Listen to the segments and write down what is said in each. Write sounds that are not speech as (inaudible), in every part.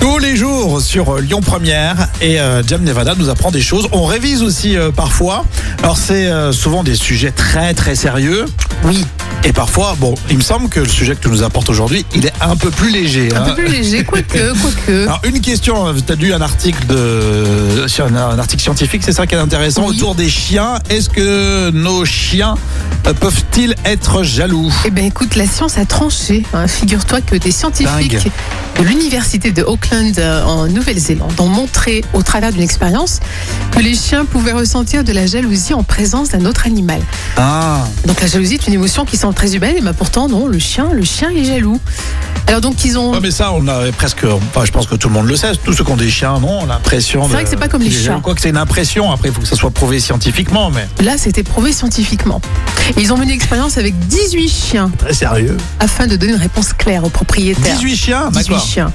tous les jours sur euh, Lyon Première et euh, Jam Nevada nous apprend des choses. On révise aussi euh, parfois. Alors c'est euh, souvent des sujets très très sérieux. Oui. Et parfois, bon, il me semble que le sujet que tu nous apportes aujourd'hui, il est un peu plus léger. Un hein. peu plus léger, quoique, quoique. Alors une question, tu as lu un article de sur un, un article scientifique, c'est ça qui est intéressant Oui. autour des chiens. Est-ce que nos chiens euh, peuvent-ils être jaloux Eh ben écoute, la science a tranché. hein. Figure-toi que des scientifiques Dingue. de l'université de Auckland euh, en Nouvelle-Zélande ont montré au travers d'une expérience que les chiens pouvaient ressentir de la jalousie en présence d'un autre animal. Ah, Donc la jalousie est une émotion qui semble très humaine, mais pourtant non, le chien, le chien est jaloux. Alors donc ils ont Ouais, mais ça, on a presque. enfin, je pense que tout le monde le sait. Tous ceux qui ont des chiens, non, on a l'impression. C'est vrai que c'est pas comme les chats. Quoi que c'est une impression. Après, il faut que ça soit prouvé scientifiquement, mais là c'était prouvé scientifiquement. Ils ont mené l'expérience avec 18 chiens très sérieux. afin de donner une réponse claire aux propriétaires. 18 chiens, 18 d'accord. chiens.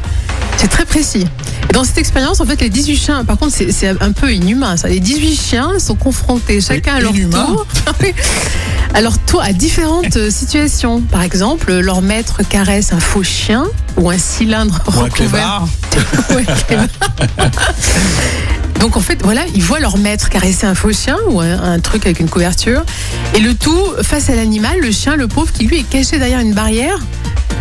C'est très précis. Et dans cette expérience, en fait, les 18 chiens, par contre, c'est c'est un peu inhumain ça. Les 18 chiens sont confrontés chacun à leur inhumain. tour. (laughs) Ah Alors toi, à différentes euh, situations. Par exemple, leur maître caresse un faux chien ou un cylindre Ou un recouvert. (laughs) clébard. ou un clébard. Donc en fait, voilà, ils voient leur maître caresser un faux chien ou un, un truc avec une couverture. Et le tout face à l'animal, le chien, le pauvre, qui lui est caché derrière une barrière.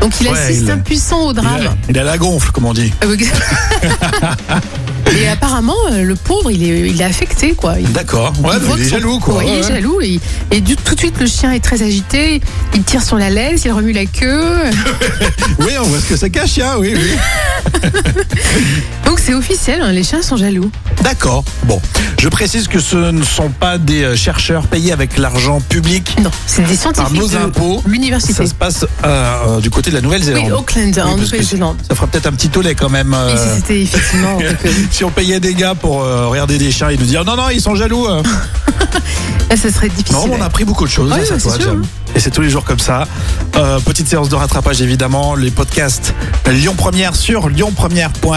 Donc il Ouais, assiste il- impuissant au Il drame. a, il a la gonfle, comme on dit. Ah oui, (laughs) que- Et apparemment, euh, le pauvre, il est, il est affecté, quoi. Il, D'accord. Ouais, voit mais il que est son- jaloux, quoi. Ouais, il Ouais. est jaloux et, et du- tout de suite, le chien est très agité. Il tire sur la laisse, il remue la queue. (laughs) Oui, on voit ce que c'est qu'un chien, oui, oui. Donc c'est officiel, hein, les chiens sont jaloux. D'accord. Bon, je précise que ce ne sont pas des euh, chercheurs payés avec l'argent public Non, c'est des par scientifiques nos de impôts. l'université. Ça se passe euh, euh, du côté de la Nouvelle-Zélande. Oui, Auckland, Oui, en parce que Nouvelle-Zélande. Ça fera peut-être un petit tollé quand même. Et si euh, c'était (laughs) effectivement... quelque- Si on payait des gars pour euh, regarder des chiens et nous dire non, non, ils sont jaloux. hein. Là, ça serait difficile. non, on a appris beaucoup de choses. Ouais, grâce à ouais, toi, c'est sûr, Jam. Et c'est tous les jours comme ça. Euh, petite séance de rattrapage, évidemment. Les podcasts Lyon Première sur lyonpremière.fr.